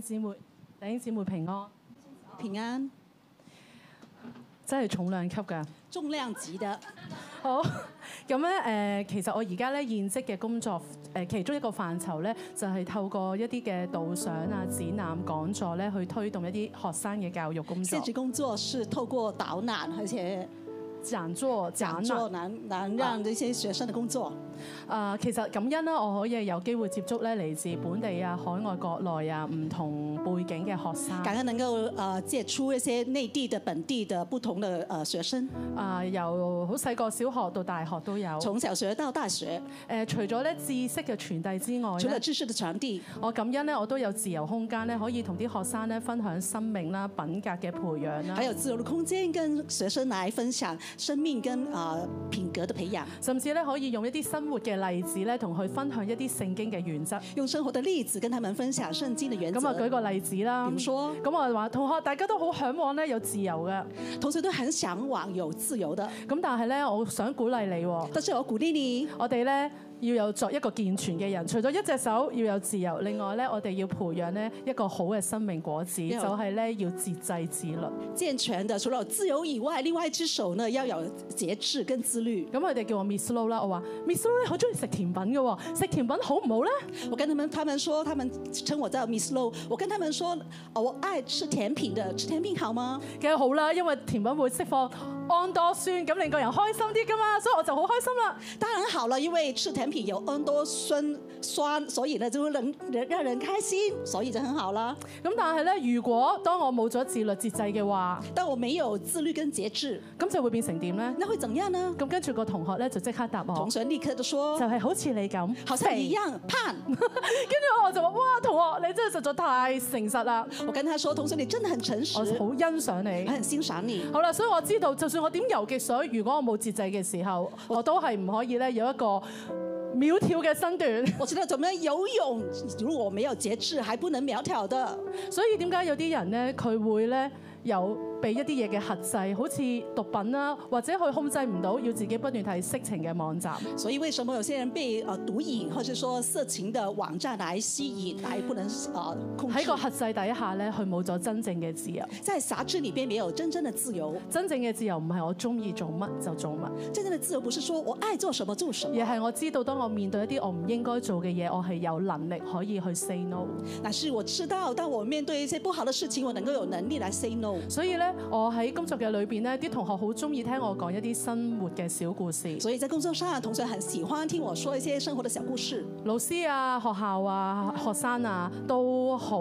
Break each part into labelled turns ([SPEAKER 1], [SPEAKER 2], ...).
[SPEAKER 1] 姊妹，弟兄姊妹平安，
[SPEAKER 2] 平安，
[SPEAKER 1] 真係重量級㗎。
[SPEAKER 2] 重量級的。
[SPEAKER 1] 好，咁咧誒，其實我而家咧現職嘅工作誒、呃其中一個範疇咧，就係、透過一啲嘅導賞啊、展覽、講座咧，去推動一啲學生嘅教育工作
[SPEAKER 2] 現。職工作是透過導覽，而且
[SPEAKER 1] 講座、展
[SPEAKER 2] 講座
[SPEAKER 1] 覽。
[SPEAKER 2] 能能讓這些學生的工作。
[SPEAKER 1] 啊、其實感恩啦，我可以有機會接觸咧嚟自本地啊、海外、國內啊唔同背景嘅學生。
[SPEAKER 2] 感恩能夠呃借出一些內地的、本地的不同的呃學生，
[SPEAKER 1] 啊、由好細個小學到大學都有。誒、
[SPEAKER 2] 從小學到大學，
[SPEAKER 1] 除咗咧知識嘅傳遞之
[SPEAKER 2] 除
[SPEAKER 1] 外
[SPEAKER 2] 了
[SPEAKER 1] 咧，
[SPEAKER 2] 知識的傳遞，
[SPEAKER 1] 我感恩咧，我都有自由空間咧，可以同啲學生咧分享生命啦、品格嘅培養啦
[SPEAKER 2] 還，有自由的空間跟學生來分享生命跟呃品格的培養，
[SPEAKER 1] 甚至咧可以用一啲生活嘅例子咧，同佢分享一啲聖經嘅原則。
[SPEAKER 2] 用生活的例子跟他們分享聖經的原則
[SPEAKER 1] 咁。啊，舉個例子啦。
[SPEAKER 2] 比如說，
[SPEAKER 1] 咁我話同學，大家都好向往咧有自由嘅，
[SPEAKER 2] 同學都很向往有自由的，
[SPEAKER 1] 咁但係咧，我想鼓勵你喎。
[SPEAKER 2] 但是我鼓勵你，
[SPEAKER 1] 我哋咧要有作一個健全嘅人，除咗一隻手要有自由，另外咧我哋要培養咧一個好嘅生命果子，就
[SPEAKER 2] 有
[SPEAKER 1] 係咧要節制自律。咁
[SPEAKER 2] 健全的，除了有自由以外，另外一只手呢要有節制跟自律。
[SPEAKER 1] 佢哋叫我 Miss Low 啦，我話 Miss Low 咧好中意食甜品嘅喎，食甜品好唔好咧？
[SPEAKER 2] 我跟他们他们说，他们称我叫 Miss Low，我跟他们说，哦，我爱吃甜品的，吃甜品好吗？
[SPEAKER 1] 梗係好啦，因為甜品會釋放胺多酸，咁令個人開心啲噶嘛，所以我就好開心啦。
[SPEAKER 2] 当然好了，因为吃甜品有 N 多酸酸，所以呢就会能能让人开心，所以就很好啦。
[SPEAKER 1] 咁但係咧，如果當我冇咗自律節制嘅話，
[SPEAKER 2] 但我没有自律跟节制，
[SPEAKER 1] 咁就會變成點咧？
[SPEAKER 2] 那会怎样呢？
[SPEAKER 1] 咁跟住個同學咧就即刻答我
[SPEAKER 2] 同，学立刻就说
[SPEAKER 1] 就，係好似你咁，
[SPEAKER 2] 嗯好啊像
[SPEAKER 1] 肥
[SPEAKER 2] 一樣胖。
[SPEAKER 1] 跟住我就話：哇，同學，你真係實在太誠實啦！
[SPEAKER 2] 我跟他說，同學你真的很誠
[SPEAKER 1] 我
[SPEAKER 2] 實，
[SPEAKER 1] 好欣賞
[SPEAKER 2] 我
[SPEAKER 1] 你。
[SPEAKER 2] 很欣賞你。
[SPEAKER 1] 好啦，所以我知道，就算我點游極水，如果我冇節制嘅時候，我都係唔可以咧有一個苗條嘅身段。
[SPEAKER 2] 我知道怎么樣游泳，如果我沒有節制，還不能苗條的。
[SPEAKER 1] 所以點解有啲人咧，佢會咧有被一啲嘢嘅限制，好似毒品啦，或者佢控制唔到，要自己不斷睇色情嘅網站。
[SPEAKER 2] 所以為什麼有些人被呃毒癮或者說色情的網站來吸引，來不能呃控制
[SPEAKER 1] 喺？個限制底下咧，佢冇咗真正嘅自由。
[SPEAKER 2] 在轄制裏邊沒有真正的自由，
[SPEAKER 1] 真正嘅自由唔係我中意做乜就做乜，
[SPEAKER 2] 真正的自由不是說我愛做什麼做什麼，
[SPEAKER 1] 而係我知道當我面對一啲我唔應該做嘅嘢，我係有能力可以去 say no。
[SPEAKER 2] 乃是我知道，当我面對一些不好的事情，我能夠有能力來 say no。
[SPEAKER 1] 所以咧，我喺工作嘅裏邊咧，啲同學好中意聽我講一啲生活嘅小故事。
[SPEAKER 2] 所以在工作上，同學很喜歡聽我說一些生活的小故事，
[SPEAKER 1] 老師啊、學校啊、學生啊，都好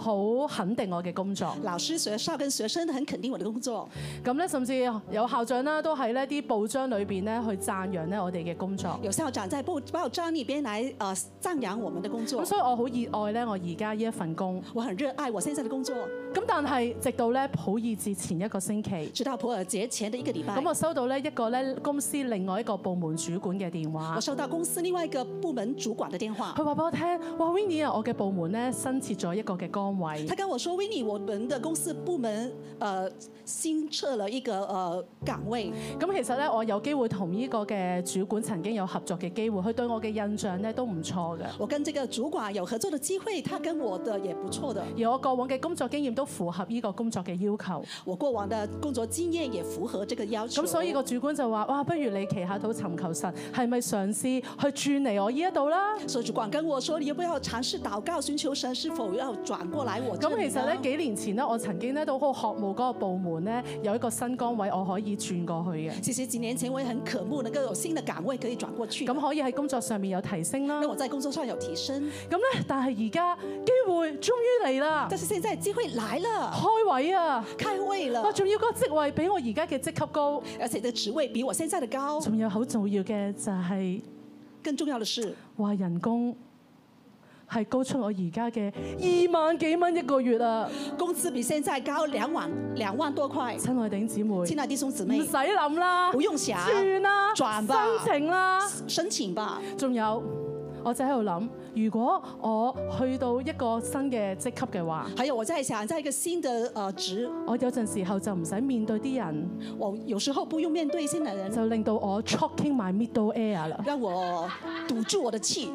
[SPEAKER 1] 好肯定我嘅工作。
[SPEAKER 2] 老師、學校跟學生很肯定我的工作，
[SPEAKER 1] 咁咧，甚至有校長啦，都喺呢啲報章裏邊咧去讚揚咧我哋嘅工作。
[SPEAKER 2] 有校長在報報章裏邊來呃讚揚我們的工
[SPEAKER 1] 咁
[SPEAKER 2] 作。
[SPEAKER 1] 所以我好熱愛咧我而家呢一份工。
[SPEAKER 2] 我很熱愛我現在的工作，
[SPEAKER 1] 咁但係直到咧普爾節前一個星期。
[SPEAKER 2] 直到普洱節前的一個禮拜
[SPEAKER 1] 咁。我收到咧一個咧公司另外一個部門主管嘅電話
[SPEAKER 2] 我，收到公司另外一個部門主管的電話，
[SPEAKER 1] 佢話俾我聽，哇 w i n n i e 啊，我嘅部門咧新設咗一個嘅崗位，
[SPEAKER 2] 他跟我說 w i n n i e 我們的公司部門呃新設了一個呃崗位。
[SPEAKER 1] 咁其實咧，我有機會同呢個嘅主管曾經有合作嘅機會，佢對我嘅印象咧都唔錯嘅。
[SPEAKER 2] 我跟這個主管有合作的機會，他跟我的也不錯的，
[SPEAKER 1] 而我過往嘅工作經驗都符合呢個工作嘅要求，
[SPEAKER 2] 我過往的工作經驗也符合這個要求。
[SPEAKER 1] 咁所以個主管就話：哇，不如你旗下度尋求神，係咪嘗試去轉嚟我呢一度啦？
[SPEAKER 2] 所以主管跟我說，你要不要嘗試禱告，尋求神是否要轉過來我這
[SPEAKER 1] 咁
[SPEAKER 2] 裡
[SPEAKER 1] 其實咧
[SPEAKER 2] 呢？
[SPEAKER 1] 幾年前咧，我曾經咧都好渴慕嗰個部門咧有一個新崗位我可以轉過去嘅，
[SPEAKER 2] 其實幾年前我也很渴慕能夠有新的崗位可以轉過去，
[SPEAKER 1] 咁可以喺工作上面有提升啦
[SPEAKER 2] 那。我在工作上有提升，
[SPEAKER 1] 咁咧，但係而家機會終於嚟啦，
[SPEAKER 2] 但是現在機會來了，
[SPEAKER 1] 開位啊！
[SPEAKER 2] 開會了
[SPEAKER 1] 我，仲要個職位比我而家嘅職級高。
[SPEAKER 2] 而且這個職位比我現在的高，
[SPEAKER 1] 仲有好重要嘅就係
[SPEAKER 2] 更重要的是。
[SPEAKER 1] 話人工係高出我而家嘅二萬幾蚊一個月啊！
[SPEAKER 2] 工資比現在高兩萬兩萬多塊。
[SPEAKER 1] 親愛頂姊妹，
[SPEAKER 2] 親愛弟兄姊
[SPEAKER 1] 唔
[SPEAKER 2] 妹
[SPEAKER 1] 使，諗啦，
[SPEAKER 2] 不用想，
[SPEAKER 1] 轉啦，
[SPEAKER 2] 轉吧
[SPEAKER 1] 申請啦，
[SPEAKER 2] 申請吧。
[SPEAKER 1] 仲有。我就喺度諗，如果我去到一個新嘅職級嘅話，
[SPEAKER 2] 還有我在想，在一個新的呃職，
[SPEAKER 1] 我有陣時候就唔使面對啲人，
[SPEAKER 2] 我有時候不用面對新的人，
[SPEAKER 1] 就令到我 choking my middle air 啦。
[SPEAKER 2] 讓我堵住我的氣。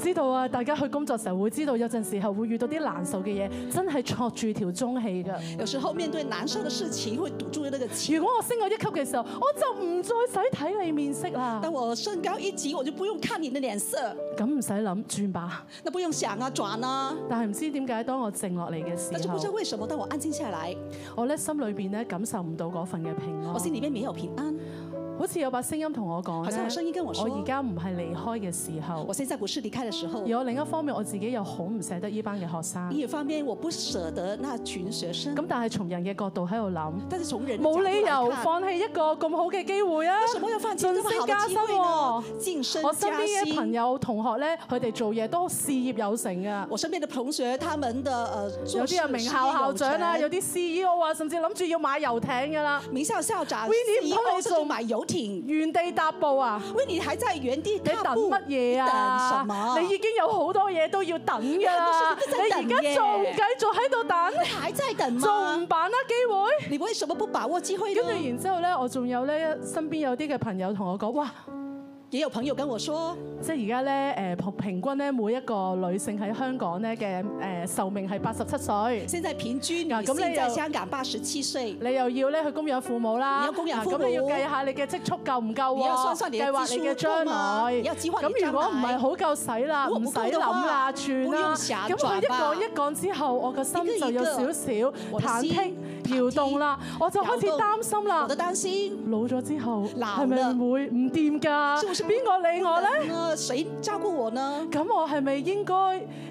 [SPEAKER 1] 知道啊，大家去工作時候會知道，有陣時候會遇到啲難受嘅嘢，真係戳住條中氣㗎。
[SPEAKER 2] 有时候面对难受的事情会堵住那个气
[SPEAKER 1] 如。果我升我一級嘅時候，我就唔再使睇你面色啦。
[SPEAKER 2] 当我升高一级，我就不用看你的脸色，
[SPEAKER 1] 咁唔使諗，轉吧。
[SPEAKER 2] 那不用想啊转啊。
[SPEAKER 1] 但係唔知點解，當我靜落嚟嘅
[SPEAKER 2] 但是
[SPEAKER 1] 時
[SPEAKER 2] 不知道
[SPEAKER 1] 候，
[SPEAKER 2] 为什么，当我安静下来，
[SPEAKER 1] 我咧心裏邊咧感受唔到嗰份嘅平安
[SPEAKER 2] 我。心里面没有平安。
[SPEAKER 1] 好似有把聲音同我講
[SPEAKER 2] 好像有聲音
[SPEAKER 1] 咧，
[SPEAKER 2] 跟
[SPEAKER 1] 我
[SPEAKER 2] 我說
[SPEAKER 1] 而家唔係離開嘅時候
[SPEAKER 2] 我。现在不是离开的时候
[SPEAKER 1] 而，我另一方面，我自己又好唔捨得呢班嘅學生。
[SPEAKER 2] 一方面我不舍得那群学生，
[SPEAKER 1] 咁但係從人嘅角度喺度諗，
[SPEAKER 2] 但是从人的角
[SPEAKER 1] 冇
[SPEAKER 2] 度來
[SPEAKER 1] 理由
[SPEAKER 2] 看
[SPEAKER 1] 放棄一個咁好嘅機會啊！
[SPEAKER 2] 为嗯什么要放弃
[SPEAKER 1] 晉
[SPEAKER 2] 这么好
[SPEAKER 1] 升
[SPEAKER 2] 的
[SPEAKER 1] 加
[SPEAKER 2] 机
[SPEAKER 1] 薪
[SPEAKER 2] 会
[SPEAKER 1] 喎
[SPEAKER 2] 呢？晋升
[SPEAKER 1] 我身
[SPEAKER 2] 加
[SPEAKER 1] 邊嘅朋
[SPEAKER 2] 薪。
[SPEAKER 1] 友同學咧，佢哋做嘢都事業有成噶，
[SPEAKER 2] 我身边的同学，他們的呃，
[SPEAKER 1] 有
[SPEAKER 2] 做事
[SPEAKER 1] 啲係名校校長啦，有
[SPEAKER 2] 事業有
[SPEAKER 1] 啲
[SPEAKER 2] 成
[SPEAKER 1] CEO 啊，甚至諗住要買遊艇噶啦，
[SPEAKER 2] 名校校长
[SPEAKER 1] Winnie，唔通你
[SPEAKER 2] CEO 甚
[SPEAKER 1] 仲
[SPEAKER 2] 至買遊艇。
[SPEAKER 1] 原地踏步啊！
[SPEAKER 2] 威尼還在原地
[SPEAKER 1] 你等
[SPEAKER 2] 踏步，
[SPEAKER 1] 乜嘢
[SPEAKER 2] 你等
[SPEAKER 1] 啊
[SPEAKER 2] 什？麼？
[SPEAKER 1] 你已經有好多嘢都要等㗎啦，
[SPEAKER 2] 你都係
[SPEAKER 1] 你
[SPEAKER 2] 真係
[SPEAKER 1] 而家仲
[SPEAKER 2] 等嘅
[SPEAKER 1] 繼續喺度等，
[SPEAKER 2] 你還在等
[SPEAKER 1] 仲唔
[SPEAKER 2] 嗎？
[SPEAKER 1] 把握機會？
[SPEAKER 2] 你為什麼不把握機會
[SPEAKER 1] 跟住
[SPEAKER 2] 呢？
[SPEAKER 1] 然之後咧，我仲有咧身邊有啲嘅朋友同我講，哇！
[SPEAKER 2] 也有朋友跟我說，
[SPEAKER 1] 即係而家咧誒平平均咧每一個女性喺香港咧嘅誒壽命係八十七歲。
[SPEAKER 2] 現在平均
[SPEAKER 1] 啊
[SPEAKER 2] 女
[SPEAKER 1] 咁
[SPEAKER 2] 性
[SPEAKER 1] 你
[SPEAKER 2] 在
[SPEAKER 1] 又
[SPEAKER 2] 香港八十七歲，
[SPEAKER 1] 你又要咧去供養父母啦，
[SPEAKER 2] 你有供養父母
[SPEAKER 1] 啊咁你要計下你嘅積蓄夠唔夠
[SPEAKER 2] 你有
[SPEAKER 1] 喎
[SPEAKER 2] 算算，你
[SPEAKER 1] 計
[SPEAKER 2] 嘅
[SPEAKER 1] 劃
[SPEAKER 2] 支
[SPEAKER 1] 你
[SPEAKER 2] 出啊
[SPEAKER 1] 嘅將來。
[SPEAKER 2] 你有計劃你
[SPEAKER 1] 咁如果唔係
[SPEAKER 2] 將來
[SPEAKER 1] 好夠使啦，
[SPEAKER 2] 如果
[SPEAKER 1] 唔
[SPEAKER 2] 唔
[SPEAKER 1] 使
[SPEAKER 2] 夠
[SPEAKER 1] 諗
[SPEAKER 2] 嘅話
[SPEAKER 1] 啦，算
[SPEAKER 2] 不
[SPEAKER 1] 啦。
[SPEAKER 2] 用想
[SPEAKER 1] 咁佢一
[SPEAKER 2] 轉吧
[SPEAKER 1] 講一講之後，我個心
[SPEAKER 2] 一個
[SPEAKER 1] 就
[SPEAKER 2] 一
[SPEAKER 1] 有
[SPEAKER 2] 個
[SPEAKER 1] 少少
[SPEAKER 2] 我的
[SPEAKER 1] 忐忑
[SPEAKER 2] 心
[SPEAKER 1] 搖動啦，我就開始
[SPEAKER 2] 搖動
[SPEAKER 1] 擔心啦
[SPEAKER 2] 我。都擔心。
[SPEAKER 1] 老咗之後
[SPEAKER 2] 老
[SPEAKER 1] 係咪
[SPEAKER 2] 啦
[SPEAKER 1] 會唔掂㗎？
[SPEAKER 2] 是不是
[SPEAKER 1] 邊個理我咧？
[SPEAKER 2] 那啊誰照顧我呢？
[SPEAKER 1] 咁我係咪應該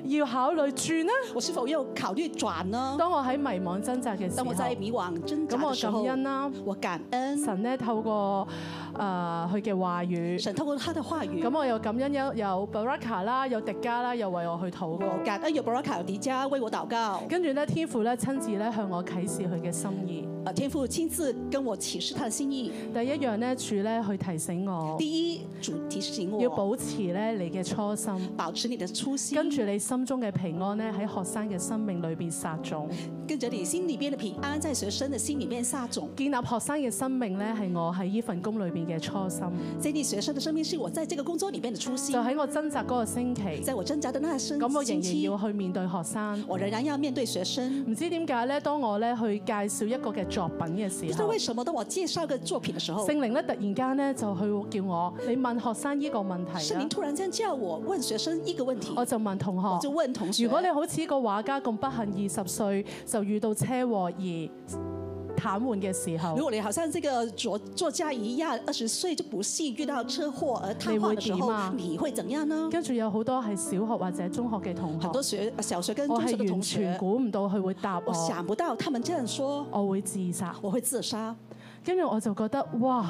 [SPEAKER 1] 要考慮轉呢？
[SPEAKER 2] 我是否要考慮轉呢？
[SPEAKER 1] 當我喺迷茫掙扎嘅時
[SPEAKER 2] 當
[SPEAKER 1] 候，
[SPEAKER 2] 我在
[SPEAKER 1] 咁
[SPEAKER 2] 迷惘掙扎
[SPEAKER 1] 我
[SPEAKER 2] 的時候
[SPEAKER 1] 感，恩啦。
[SPEAKER 2] 我感恩。
[SPEAKER 1] 神咧透過誒佢嘅話語，
[SPEAKER 2] 神透過他的話語，
[SPEAKER 1] 咁我又感恩有有 Baraka 啦，有迪加啦，又為我去禱
[SPEAKER 2] 我
[SPEAKER 1] 告。
[SPEAKER 2] 感恩有 Baraka 迪迦為我禱告，
[SPEAKER 1] 跟住咧，天父咧親自咧向我啟示佢嘅心意。
[SPEAKER 2] 呃，天父親自跟我啟示他的心意。
[SPEAKER 1] 第一樣咧，主咧去提醒我，
[SPEAKER 2] 第一，主提醒我
[SPEAKER 1] 哦要保持咧你嘅初心，
[SPEAKER 2] 保持你的初心，
[SPEAKER 1] 跟住你心中嘅平安咧喺學生嘅生命裏邊撒種，
[SPEAKER 2] 跟着你心里边的平安，在学生的心里面撒种。
[SPEAKER 1] 建立學生嘅生命咧係我喺呢份工裏邊嘅初心。
[SPEAKER 2] 建立学生的生命是我在这个工作里面的初心
[SPEAKER 1] 就。喺我掙扎嗰個星期，
[SPEAKER 2] 在我挣扎的那生
[SPEAKER 1] 咁我仍
[SPEAKER 2] 星
[SPEAKER 1] 然
[SPEAKER 2] 期
[SPEAKER 1] 要，去面對學生。
[SPEAKER 2] 我仍然要面对学生。
[SPEAKER 1] 唔知點解咧，當我咧去介紹一個嘅作品嘅
[SPEAKER 2] 不
[SPEAKER 1] 時
[SPEAKER 2] 知道
[SPEAKER 1] 候
[SPEAKER 2] 为，什么，当我介绍一个作品的时候
[SPEAKER 1] 聖，靈咧突然間咧就去叫我，你問學生呢個問題
[SPEAKER 2] 圣
[SPEAKER 1] 啦
[SPEAKER 2] 灵，突然间叫我问学生一个问题，
[SPEAKER 1] 我就問同
[SPEAKER 2] 我就
[SPEAKER 1] 學。
[SPEAKER 2] 问同学：
[SPEAKER 1] 哦如果你好似個畫家咁不幸二十歲就遇到車禍而癱瘓嘅時候
[SPEAKER 2] 如，果你好像这个作作家一样，二十岁就不幸遇到车祸而瘫痪的时
[SPEAKER 1] 你会
[SPEAKER 2] 候
[SPEAKER 1] 点啊，
[SPEAKER 2] 你会怎样呢？
[SPEAKER 1] 跟住有好多係小學或者中學嘅同學
[SPEAKER 2] 很，多学小学跟
[SPEAKER 1] 我
[SPEAKER 2] 中学的
[SPEAKER 1] 係完
[SPEAKER 2] 同
[SPEAKER 1] 全
[SPEAKER 2] 学，
[SPEAKER 1] 估唔到佢會答
[SPEAKER 2] 我
[SPEAKER 1] 我，
[SPEAKER 2] 想不到他们这样说，
[SPEAKER 1] 我會自殺。
[SPEAKER 2] 我会自杀，
[SPEAKER 1] 跟住我就覺得哇，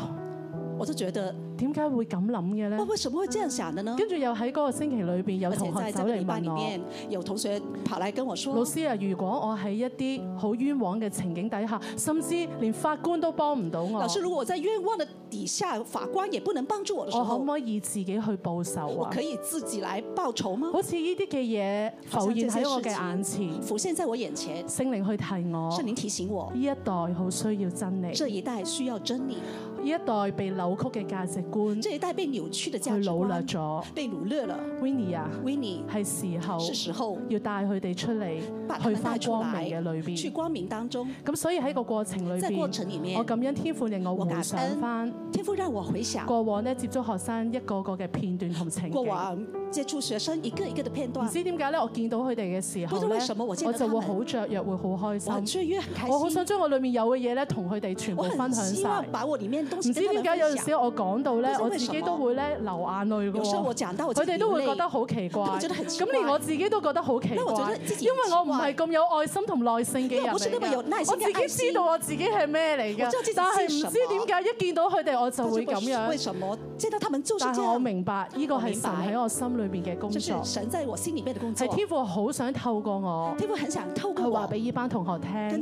[SPEAKER 2] 我就觉得
[SPEAKER 1] 點解會咁諗嘅
[SPEAKER 2] 那
[SPEAKER 1] 呢？
[SPEAKER 2] 为什么会啊这样想的呢？
[SPEAKER 1] 跟住又喺嗰個星期裏邊有
[SPEAKER 2] 而且
[SPEAKER 1] 同學
[SPEAKER 2] 在
[SPEAKER 1] 走
[SPEAKER 2] 这个
[SPEAKER 1] 嚟
[SPEAKER 2] 礼拜里
[SPEAKER 1] 問我。
[SPEAKER 2] 面，有同学跑来跟我
[SPEAKER 1] 老
[SPEAKER 2] 说，
[SPEAKER 1] 師啊，如果我喺一啲好冤枉嘅情景底下，甚至連法官都幫唔到我
[SPEAKER 2] 老，师，如果我在冤枉的底下，法官也不能帮助我的时
[SPEAKER 1] 我可
[SPEAKER 2] 候
[SPEAKER 1] 唔，可以自己去報仇
[SPEAKER 2] 我
[SPEAKER 1] 啊
[SPEAKER 2] 可？以自己来报仇吗？
[SPEAKER 1] 好似呢啲嘅嘢浮現喺我嘅眼前，
[SPEAKER 2] 浮现在我眼前，
[SPEAKER 1] 聖靈去提我
[SPEAKER 2] 圣，灵提醒我，
[SPEAKER 1] 呢一代好需要真理，
[SPEAKER 2] 这一代需要真理，
[SPEAKER 1] 呢一代被扭曲嘅價值觀去
[SPEAKER 2] 这一代被扭曲的价值
[SPEAKER 1] 擄掠
[SPEAKER 2] 观
[SPEAKER 1] 咗。
[SPEAKER 2] 被掳掠了。
[SPEAKER 1] Winnie 啊，
[SPEAKER 2] 维尼，
[SPEAKER 1] 係時候
[SPEAKER 2] 是时候
[SPEAKER 1] 要帶佢哋出嚟，
[SPEAKER 2] 把他
[SPEAKER 1] 去
[SPEAKER 2] 们带
[SPEAKER 1] 翻
[SPEAKER 2] 出
[SPEAKER 1] 哦光
[SPEAKER 2] 来
[SPEAKER 1] 明嘅裏，
[SPEAKER 2] 去
[SPEAKER 1] 邊。
[SPEAKER 2] 光明當中。
[SPEAKER 1] 咁所以喺個過程裏
[SPEAKER 2] 在過程裡
[SPEAKER 1] 邊，
[SPEAKER 2] 面
[SPEAKER 1] 我感恩天父令我
[SPEAKER 2] 我感
[SPEAKER 1] 回
[SPEAKER 2] 恩
[SPEAKER 1] 想翻。
[SPEAKER 2] 天父讓我回想
[SPEAKER 1] 過往咧接觸學生一個個嘅片段同情
[SPEAKER 2] 過
[SPEAKER 1] 景，
[SPEAKER 2] 往接觸學生一個一個的片
[SPEAKER 1] 唔
[SPEAKER 2] 段，
[SPEAKER 1] 知點解咧，我見到佢哋嘅時
[SPEAKER 2] 不
[SPEAKER 1] 候
[SPEAKER 2] 知道
[SPEAKER 1] 咧
[SPEAKER 2] 為什麼我，見
[SPEAKER 1] 我
[SPEAKER 2] 到他
[SPEAKER 1] 就
[SPEAKER 2] 們
[SPEAKER 1] 會好雀躍，會好
[SPEAKER 2] 我
[SPEAKER 1] 開
[SPEAKER 2] 很
[SPEAKER 1] 心。
[SPEAKER 2] 雀躍，很開心。
[SPEAKER 1] 我好想將我裡面有嘅嘢咧，同佢哋全部
[SPEAKER 2] 我
[SPEAKER 1] 分
[SPEAKER 2] 很
[SPEAKER 1] 享
[SPEAKER 2] 希
[SPEAKER 1] 晒
[SPEAKER 2] 望。把我裡面的東
[SPEAKER 1] 唔
[SPEAKER 2] 西
[SPEAKER 1] 知
[SPEAKER 2] 跟
[SPEAKER 1] 點
[SPEAKER 2] 他
[SPEAKER 1] 解
[SPEAKER 2] 們
[SPEAKER 1] 有
[SPEAKER 2] 分
[SPEAKER 1] 陣時
[SPEAKER 2] 享。
[SPEAKER 1] 我講到咧
[SPEAKER 2] 不，知
[SPEAKER 1] 我
[SPEAKER 2] 為
[SPEAKER 1] 自己
[SPEAKER 2] 什麼
[SPEAKER 1] 都會咧流眼淚嘅
[SPEAKER 2] 有時候我
[SPEAKER 1] 喎。
[SPEAKER 2] 講到我
[SPEAKER 1] 佢
[SPEAKER 2] 自己
[SPEAKER 1] 哋都會
[SPEAKER 2] 流
[SPEAKER 1] 覺得
[SPEAKER 2] 淚，
[SPEAKER 1] 好奇怪，
[SPEAKER 2] 他們覺得很奇
[SPEAKER 1] 咁
[SPEAKER 2] 怪
[SPEAKER 1] 連我自己都覺得好奇怪，
[SPEAKER 2] 那我覺得自己
[SPEAKER 1] 因為我唔係咁有愛心同耐性嘅
[SPEAKER 2] 因為
[SPEAKER 1] 人
[SPEAKER 2] 我不是那麼有
[SPEAKER 1] 嚟
[SPEAKER 2] 耐
[SPEAKER 1] 㗎，
[SPEAKER 2] 心
[SPEAKER 1] 我
[SPEAKER 2] 跟愛心
[SPEAKER 1] 自己知道我自己係咩嚟
[SPEAKER 2] 我知道自
[SPEAKER 1] 嘅，
[SPEAKER 2] 己
[SPEAKER 1] 但係唔
[SPEAKER 2] 是
[SPEAKER 1] 知
[SPEAKER 2] 什麼
[SPEAKER 1] 點解一見到佢哋我就
[SPEAKER 2] 但是
[SPEAKER 1] 會咁樣
[SPEAKER 2] 為。什麼見到他們就是這
[SPEAKER 1] 但係我
[SPEAKER 2] 樣？
[SPEAKER 1] 明白呢個
[SPEAKER 2] 啊我
[SPEAKER 1] 係
[SPEAKER 2] 明
[SPEAKER 1] 神
[SPEAKER 2] 白
[SPEAKER 1] 喺我心裏邊嘅工
[SPEAKER 2] 就是
[SPEAKER 1] 作，
[SPEAKER 2] 神在我心裡面的工作
[SPEAKER 1] 係。天父好想透過我
[SPEAKER 2] 天父很想透
[SPEAKER 1] 去
[SPEAKER 2] 過
[SPEAKER 1] 話
[SPEAKER 2] 我
[SPEAKER 1] 俾呢班同學
[SPEAKER 2] 跟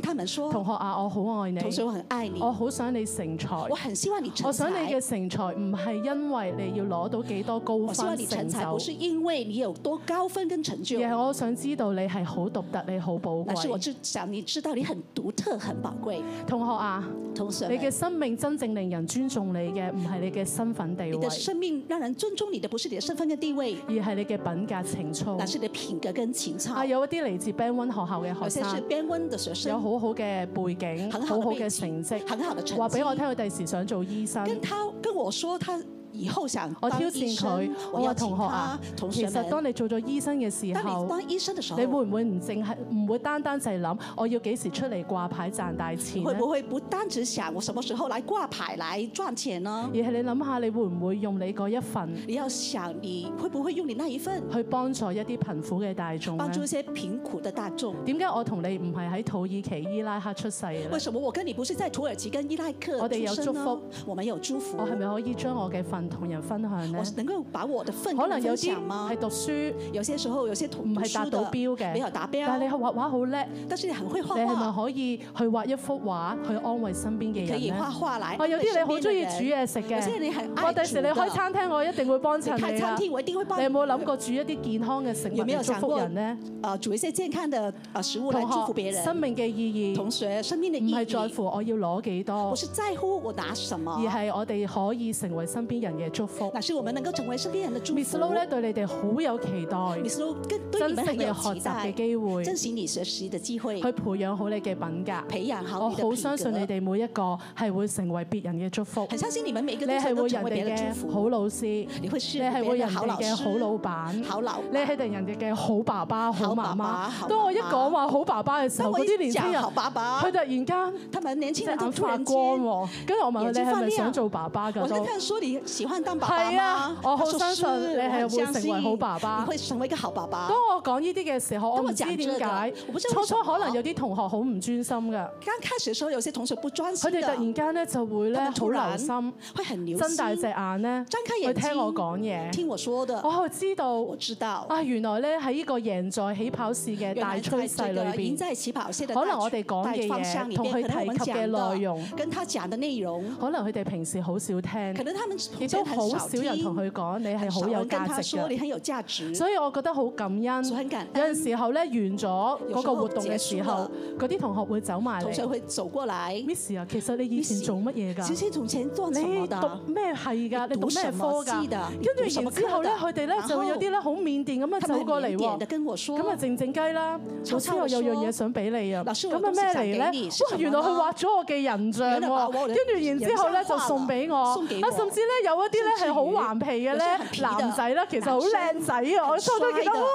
[SPEAKER 1] 聽，
[SPEAKER 2] 他們
[SPEAKER 1] 同
[SPEAKER 2] 說，
[SPEAKER 1] 學啊，我好愛你
[SPEAKER 2] 同，學我很愛你，
[SPEAKER 1] 我好想你成才
[SPEAKER 2] 我，很希望你成
[SPEAKER 1] 我想你
[SPEAKER 2] 才
[SPEAKER 1] 嘅。成才唔係因為你要攞到幾多高
[SPEAKER 2] 我希望
[SPEAKER 1] 分
[SPEAKER 2] 你成
[SPEAKER 1] 成就，
[SPEAKER 2] 才，不是因为你有多高分跟成就
[SPEAKER 1] 而，係我想知道你係好獨特，你好寶
[SPEAKER 2] 而是我
[SPEAKER 1] 貴。
[SPEAKER 2] 知想你知道你很独特、很宝贵。
[SPEAKER 1] 同學啊，
[SPEAKER 2] 同学
[SPEAKER 1] 你
[SPEAKER 2] 们，
[SPEAKER 1] 嘅生命真正令人尊重你嘅，唔係你嘅身份地
[SPEAKER 2] 你
[SPEAKER 1] 位
[SPEAKER 2] 的，生命让人尊重你的，不是你的身份跟地位，
[SPEAKER 1] 而係你嘅品格情操
[SPEAKER 2] 乃。是你的品格跟情操
[SPEAKER 1] 啊，。有一啲嚟自 Band One 學校嘅
[SPEAKER 2] 有
[SPEAKER 1] 學
[SPEAKER 2] 些是
[SPEAKER 1] 生，
[SPEAKER 2] 边温的学
[SPEAKER 1] 有
[SPEAKER 2] 生，
[SPEAKER 1] 好好嘅背景，
[SPEAKER 2] 很
[SPEAKER 1] 好
[SPEAKER 2] 好
[SPEAKER 1] 好
[SPEAKER 2] 的
[SPEAKER 1] 嘅
[SPEAKER 2] 背
[SPEAKER 1] 成
[SPEAKER 2] 景
[SPEAKER 1] 績，
[SPEAKER 2] 很好的成
[SPEAKER 1] 話
[SPEAKER 2] 绩
[SPEAKER 1] 俾。我聽，佢第時想做醫生。
[SPEAKER 2] 跟他跟我說，他以後想
[SPEAKER 1] 我
[SPEAKER 2] 當
[SPEAKER 1] 挑
[SPEAKER 2] 醫
[SPEAKER 1] 戰
[SPEAKER 2] 生
[SPEAKER 1] 佢，
[SPEAKER 2] 我
[SPEAKER 1] 我
[SPEAKER 2] 要
[SPEAKER 1] 話
[SPEAKER 2] 請
[SPEAKER 1] 同學
[SPEAKER 2] 他
[SPEAKER 1] 啊，
[SPEAKER 2] 同
[SPEAKER 1] 其
[SPEAKER 2] 學
[SPEAKER 1] 實
[SPEAKER 2] 們。
[SPEAKER 1] 當你做咗醫生嘅時
[SPEAKER 2] 當
[SPEAKER 1] 候
[SPEAKER 2] 你。當醫生的時候，
[SPEAKER 1] 你會唔會唔淨係唔會單單就係諗我要幾時出嚟掛牌賺大錢
[SPEAKER 2] 會
[SPEAKER 1] 呢
[SPEAKER 2] 不會不單只想我什麼時候來掛牌來賺錢呢
[SPEAKER 1] 而？係你諗下，你會唔會用你嗰一份
[SPEAKER 2] 你要想你會不會用你那一份
[SPEAKER 1] 去幫助一啲貧苦嘅大眾呢
[SPEAKER 2] 幫？助一些貧苦的大眾？
[SPEAKER 1] 點解我同你唔係喺土耳其、伊拉克出世嘅呢
[SPEAKER 2] 為？什麼我跟你不是在土耳其跟伊拉克
[SPEAKER 1] 我哋有
[SPEAKER 2] 出生呢？我們有祝福
[SPEAKER 1] 我，係咪可以將我嘅份同人分享呢
[SPEAKER 2] 我？能夠把我的份
[SPEAKER 1] 可
[SPEAKER 2] 跟
[SPEAKER 1] 能
[SPEAKER 2] 你
[SPEAKER 1] 有
[SPEAKER 2] 分
[SPEAKER 1] 啲
[SPEAKER 2] 享嗎
[SPEAKER 1] 係？讀書
[SPEAKER 2] 有些時候有些同
[SPEAKER 1] 唔
[SPEAKER 2] 讀
[SPEAKER 1] 係達
[SPEAKER 2] 書
[SPEAKER 1] 到
[SPEAKER 2] 的
[SPEAKER 1] 標嘅
[SPEAKER 2] 沒有達
[SPEAKER 1] 但係你
[SPEAKER 2] 標，
[SPEAKER 1] 畫畫好叻，你
[SPEAKER 2] 但是你很會畫
[SPEAKER 1] 係咪
[SPEAKER 2] 畫，
[SPEAKER 1] 可以去畫一幅畫去安慰身邊嘅
[SPEAKER 2] 可以
[SPEAKER 1] 人
[SPEAKER 2] 畫
[SPEAKER 1] 呢？
[SPEAKER 2] 畫來
[SPEAKER 1] 我
[SPEAKER 2] 安
[SPEAKER 1] 有
[SPEAKER 2] 慰
[SPEAKER 1] 啲你
[SPEAKER 2] 身
[SPEAKER 1] 好
[SPEAKER 2] 邊
[SPEAKER 1] 中
[SPEAKER 2] 的
[SPEAKER 1] 意
[SPEAKER 2] 人。
[SPEAKER 1] 煮嘢食
[SPEAKER 2] 有些
[SPEAKER 1] 嘅，
[SPEAKER 2] 你很
[SPEAKER 1] 我
[SPEAKER 2] 愛
[SPEAKER 1] 第
[SPEAKER 2] 煮
[SPEAKER 1] 時你開
[SPEAKER 2] 的。
[SPEAKER 1] 餐廳，我一定會幫
[SPEAKER 2] 你
[SPEAKER 1] 襯
[SPEAKER 2] 開
[SPEAKER 1] 你啊
[SPEAKER 2] 餐
[SPEAKER 1] 啦。
[SPEAKER 2] 廳，我一定會幫
[SPEAKER 1] 你有冇諗過煮一啲健康嘅食物
[SPEAKER 2] 有沒有
[SPEAKER 1] 嚟祝
[SPEAKER 2] 想
[SPEAKER 1] 福
[SPEAKER 2] 過
[SPEAKER 1] 人呢？
[SPEAKER 2] 呃煮一些健康的呃食物來
[SPEAKER 1] 同
[SPEAKER 2] 祝福別
[SPEAKER 1] 學，生
[SPEAKER 2] 人。
[SPEAKER 1] 命嘅意義
[SPEAKER 2] 同學，生命的
[SPEAKER 1] 唔
[SPEAKER 2] 意
[SPEAKER 1] 係在
[SPEAKER 2] 義
[SPEAKER 1] 乎我要攞幾
[SPEAKER 2] 不
[SPEAKER 1] 多，
[SPEAKER 2] 是在乎我拿什
[SPEAKER 1] 而
[SPEAKER 2] 麼，
[SPEAKER 1] 係我哋可以成為身邊人嘅祝福。
[SPEAKER 2] 乃是我們能夠成為身邊人的祝
[SPEAKER 1] Miss
[SPEAKER 2] 福。
[SPEAKER 1] Low 咧對你哋好有期待，
[SPEAKER 2] Miss Lu 跟對你
[SPEAKER 1] 珍
[SPEAKER 2] 們
[SPEAKER 1] 惜
[SPEAKER 2] 很
[SPEAKER 1] 你
[SPEAKER 2] 有
[SPEAKER 1] 學
[SPEAKER 2] 期
[SPEAKER 1] 習嘅
[SPEAKER 2] 待，
[SPEAKER 1] 機會，
[SPEAKER 2] 珍惜你學習的機會，
[SPEAKER 1] 去培養好你嘅品格。
[SPEAKER 2] 培養好
[SPEAKER 1] 我
[SPEAKER 2] 你的
[SPEAKER 1] 好相信你
[SPEAKER 2] 品格。
[SPEAKER 1] 哋每一個係會成為別人嘅祝福，
[SPEAKER 2] 很相信你們每一個
[SPEAKER 1] 你
[SPEAKER 2] 都
[SPEAKER 1] 係
[SPEAKER 2] 能
[SPEAKER 1] 會
[SPEAKER 2] 夠成
[SPEAKER 1] 人
[SPEAKER 2] 為別人的
[SPEAKER 1] 哋
[SPEAKER 2] 祝
[SPEAKER 1] 嘅好
[SPEAKER 2] 福。
[SPEAKER 1] 老師，
[SPEAKER 2] 你會是
[SPEAKER 1] 你係
[SPEAKER 2] 別
[SPEAKER 1] 會
[SPEAKER 2] 人的
[SPEAKER 1] 人
[SPEAKER 2] 好
[SPEAKER 1] 哋
[SPEAKER 2] 老
[SPEAKER 1] 嘅好老
[SPEAKER 2] 師、
[SPEAKER 1] 闆。
[SPEAKER 2] 好老
[SPEAKER 1] 你係定人哋嘅好爸爸、好媽
[SPEAKER 2] 好爸爸
[SPEAKER 1] 媽。
[SPEAKER 2] 好
[SPEAKER 1] 當我一
[SPEAKER 2] 媽媽
[SPEAKER 1] 講話好爸爸嘅時候，
[SPEAKER 2] 當我
[SPEAKER 1] 嗰
[SPEAKER 2] 一
[SPEAKER 1] 啲年輕
[SPEAKER 2] 講
[SPEAKER 1] 人
[SPEAKER 2] 好爸爸
[SPEAKER 1] 佢，突然間
[SPEAKER 2] 他們年
[SPEAKER 1] 隻
[SPEAKER 2] 輕人都
[SPEAKER 1] 眼
[SPEAKER 2] 突
[SPEAKER 1] 發
[SPEAKER 2] 然
[SPEAKER 1] 光
[SPEAKER 2] 間。
[SPEAKER 1] 喎。跟住我問佢：
[SPEAKER 2] 眼
[SPEAKER 1] 你
[SPEAKER 2] 睛
[SPEAKER 1] 係
[SPEAKER 2] 發
[SPEAKER 1] 咪
[SPEAKER 2] 亮
[SPEAKER 1] 想做爸爸㗎？
[SPEAKER 2] 我跟
[SPEAKER 1] 都
[SPEAKER 2] 他說你喜歡當爸爸
[SPEAKER 1] 係啊
[SPEAKER 2] 嗎？
[SPEAKER 1] 我好
[SPEAKER 2] 他說
[SPEAKER 1] 相信
[SPEAKER 2] 是
[SPEAKER 1] 你係
[SPEAKER 2] 我
[SPEAKER 1] 會
[SPEAKER 2] 很相
[SPEAKER 1] 成為
[SPEAKER 2] 信
[SPEAKER 1] 好爸爸
[SPEAKER 2] 你會成為一個好爸爸
[SPEAKER 1] 當。我講呢啲嘅時候，我唔知點
[SPEAKER 2] 當我講
[SPEAKER 1] 解
[SPEAKER 2] 呢個我不知，道
[SPEAKER 1] 初
[SPEAKER 2] 為什
[SPEAKER 1] 初
[SPEAKER 2] 麼
[SPEAKER 1] 可能有啲同學好唔專心㗎，
[SPEAKER 2] 剛開始的時候，有些同學不專
[SPEAKER 1] 佢
[SPEAKER 2] 心
[SPEAKER 1] 哋突
[SPEAKER 2] 的，
[SPEAKER 1] 然間咧就會咧
[SPEAKER 2] 他們
[SPEAKER 1] 好
[SPEAKER 2] 突然
[SPEAKER 1] 留心，
[SPEAKER 2] 會很留
[SPEAKER 1] 睜
[SPEAKER 2] 心，
[SPEAKER 1] 大隻眼咧
[SPEAKER 2] 睜開
[SPEAKER 1] 去
[SPEAKER 2] 眼睛
[SPEAKER 1] 聽我講嘢。
[SPEAKER 2] 聽我說的。
[SPEAKER 1] 我就知道
[SPEAKER 2] 我知道，
[SPEAKER 1] 啊，原來咧喺呢個贏在起跑線嘅
[SPEAKER 2] 原
[SPEAKER 1] 大
[SPEAKER 2] 來
[SPEAKER 1] 趨勢
[SPEAKER 2] 在
[SPEAKER 1] 裏
[SPEAKER 2] 這個贏
[SPEAKER 1] 邊，
[SPEAKER 2] 在起跑線的大
[SPEAKER 1] 可能我哋講嘅
[SPEAKER 2] 大方向
[SPEAKER 1] 嘢
[SPEAKER 2] 裏
[SPEAKER 1] 同
[SPEAKER 2] 面，
[SPEAKER 1] 佢
[SPEAKER 2] 可能我們
[SPEAKER 1] 提及嘅內
[SPEAKER 2] 講
[SPEAKER 1] 容，
[SPEAKER 2] 的跟他講的內容，
[SPEAKER 1] 可能佢哋平時好少聽
[SPEAKER 2] 可，能他們
[SPEAKER 1] 亦
[SPEAKER 2] 以
[SPEAKER 1] 都
[SPEAKER 2] 前很
[SPEAKER 1] 好
[SPEAKER 2] 少
[SPEAKER 1] 少人同
[SPEAKER 2] 聽，
[SPEAKER 1] 佢講你係
[SPEAKER 2] 很
[SPEAKER 1] 好
[SPEAKER 2] 少
[SPEAKER 1] 有
[SPEAKER 2] 人跟
[SPEAKER 1] 價
[SPEAKER 2] 他
[SPEAKER 1] 值
[SPEAKER 2] 說
[SPEAKER 1] 嘅。
[SPEAKER 2] 你很有價值，
[SPEAKER 1] 所以我嗯覺得好感恩。
[SPEAKER 2] 所以很感
[SPEAKER 1] 有
[SPEAKER 2] 恩
[SPEAKER 1] 陣時候咧，完咗嗰個活動嘅時候
[SPEAKER 2] 有時候，
[SPEAKER 1] 嗰啲同學會走埋
[SPEAKER 2] 啊同學
[SPEAKER 1] 嚟
[SPEAKER 2] 會走過來。
[SPEAKER 1] ，Miss 啊，其實你以前
[SPEAKER 2] Miss，
[SPEAKER 1] 做乜嘢
[SPEAKER 2] 其
[SPEAKER 1] 㗎？
[SPEAKER 2] 實從前做什麼
[SPEAKER 1] 你
[SPEAKER 2] 的？
[SPEAKER 1] 讀咩係㗎？你讀
[SPEAKER 2] 讀
[SPEAKER 1] 咩
[SPEAKER 2] 什
[SPEAKER 1] 科
[SPEAKER 2] 麼系
[SPEAKER 1] 㗎
[SPEAKER 2] 的？你
[SPEAKER 1] 跟
[SPEAKER 2] 讀
[SPEAKER 1] 住
[SPEAKER 2] 什
[SPEAKER 1] 然
[SPEAKER 2] 麼
[SPEAKER 1] 之後咧，
[SPEAKER 2] 科
[SPEAKER 1] 佢
[SPEAKER 2] 的
[SPEAKER 1] 哋咧就會有啲咧好腼�腆咁樣
[SPEAKER 2] 他們
[SPEAKER 1] 走
[SPEAKER 2] 很
[SPEAKER 1] 過嚟
[SPEAKER 2] 腼腆的
[SPEAKER 1] 喎。
[SPEAKER 2] 跟我說，
[SPEAKER 1] 咁啊靜靜雞啦，老
[SPEAKER 2] 悄
[SPEAKER 1] 師
[SPEAKER 2] 悄
[SPEAKER 1] 我
[SPEAKER 2] 地
[SPEAKER 1] 有樣
[SPEAKER 2] 說
[SPEAKER 1] 嘢想俾你啊，
[SPEAKER 2] 老師
[SPEAKER 1] 咁
[SPEAKER 2] 我有
[SPEAKER 1] 啊
[SPEAKER 2] 東西想
[SPEAKER 1] 咩嚟
[SPEAKER 2] 給
[SPEAKER 1] 咧
[SPEAKER 2] 你是？
[SPEAKER 1] 哇
[SPEAKER 2] 什麼
[SPEAKER 1] 原來佢
[SPEAKER 2] 呢
[SPEAKER 1] 畫咗我嘅人像
[SPEAKER 2] 原來畫
[SPEAKER 1] 喎，
[SPEAKER 2] 我的
[SPEAKER 1] 跟住然之後咧就送俾我，
[SPEAKER 2] 送給
[SPEAKER 1] 啊
[SPEAKER 2] 我
[SPEAKER 1] 甚至咧有一啲咧係好頑皮嘅
[SPEAKER 2] 有些很皮
[SPEAKER 1] 咧
[SPEAKER 2] 的
[SPEAKER 1] 男仔咧，其實好
[SPEAKER 2] 男
[SPEAKER 1] 靚
[SPEAKER 2] 生
[SPEAKER 1] 仔啊！我初初見到哇，
[SPEAKER 2] 很帥的
[SPEAKER 1] 好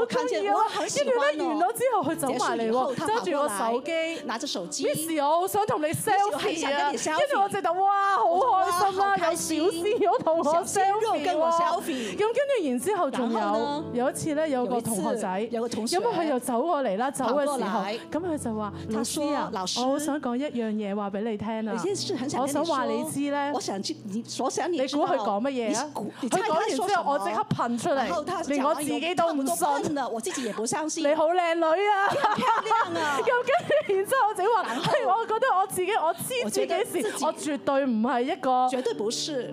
[SPEAKER 2] 我看
[SPEAKER 1] 中意
[SPEAKER 2] 見
[SPEAKER 1] 啊
[SPEAKER 2] 我！很喜
[SPEAKER 1] 跟
[SPEAKER 2] 歡
[SPEAKER 1] 住
[SPEAKER 2] 哦
[SPEAKER 1] 咧完咗之後佢走埋嚟喎，
[SPEAKER 2] 結束以後
[SPEAKER 1] 揸住我手機。啊
[SPEAKER 2] 拿着手機。
[SPEAKER 1] Miss，我好想同你
[SPEAKER 2] 我很
[SPEAKER 1] selfie
[SPEAKER 2] 想
[SPEAKER 1] 啊！
[SPEAKER 2] 跟
[SPEAKER 1] 跟
[SPEAKER 2] 你
[SPEAKER 1] 住我
[SPEAKER 2] selfie
[SPEAKER 1] 直頭哇，好開心啦！
[SPEAKER 2] 哇好
[SPEAKER 1] 有
[SPEAKER 2] 開
[SPEAKER 1] 小
[SPEAKER 2] 心
[SPEAKER 1] 鮮肉同我
[SPEAKER 2] 小鮮肉
[SPEAKER 1] selfie
[SPEAKER 2] 跟我
[SPEAKER 1] 喎
[SPEAKER 2] selfie
[SPEAKER 1] 咁跟住然之後仲
[SPEAKER 2] 然後
[SPEAKER 1] 有
[SPEAKER 2] 呢
[SPEAKER 1] 有一次咧，有個
[SPEAKER 2] 有一
[SPEAKER 1] 同
[SPEAKER 2] 次
[SPEAKER 1] 學仔，
[SPEAKER 2] 有個同學
[SPEAKER 1] 咁啊佢就走過嚟啦，走嘅
[SPEAKER 2] 跑過
[SPEAKER 1] 時候，
[SPEAKER 2] 來
[SPEAKER 1] 咁佢就話：老師啊，
[SPEAKER 2] 他
[SPEAKER 1] 我
[SPEAKER 2] 說
[SPEAKER 1] 好
[SPEAKER 2] 老師
[SPEAKER 1] 想講一樣嘢話俾你聽
[SPEAKER 2] 有
[SPEAKER 1] 啊！
[SPEAKER 2] 些事很想
[SPEAKER 1] 我
[SPEAKER 2] 跟你
[SPEAKER 1] 想話你
[SPEAKER 2] 說
[SPEAKER 1] 知咧
[SPEAKER 2] 我想知你，我想你
[SPEAKER 1] 你
[SPEAKER 2] 知
[SPEAKER 1] 估佢
[SPEAKER 2] 道
[SPEAKER 1] 講乜嘢啊
[SPEAKER 2] 你？估
[SPEAKER 1] 佢
[SPEAKER 2] 你猜
[SPEAKER 1] 講
[SPEAKER 2] 他
[SPEAKER 1] 完
[SPEAKER 2] 說
[SPEAKER 1] 之後，我即
[SPEAKER 2] 什麼
[SPEAKER 1] 刻噴出
[SPEAKER 2] 然後他
[SPEAKER 1] 嚟，連我
[SPEAKER 2] 講哎
[SPEAKER 1] 自己
[SPEAKER 2] 完有
[SPEAKER 1] 都
[SPEAKER 2] 差不
[SPEAKER 1] 唔
[SPEAKER 2] 多
[SPEAKER 1] 信。
[SPEAKER 2] 笨了，啊我自己也不相信。
[SPEAKER 1] 你好靚女啊！
[SPEAKER 2] 漂 亮啊！
[SPEAKER 1] 咁跟住，然之後我自己話：，嘿我覺得我自己，我知
[SPEAKER 2] 我
[SPEAKER 1] 自
[SPEAKER 2] 覺得
[SPEAKER 1] 己
[SPEAKER 2] 自
[SPEAKER 1] 事，
[SPEAKER 2] 己
[SPEAKER 1] 我絕對唔係一個
[SPEAKER 2] 絕對不是，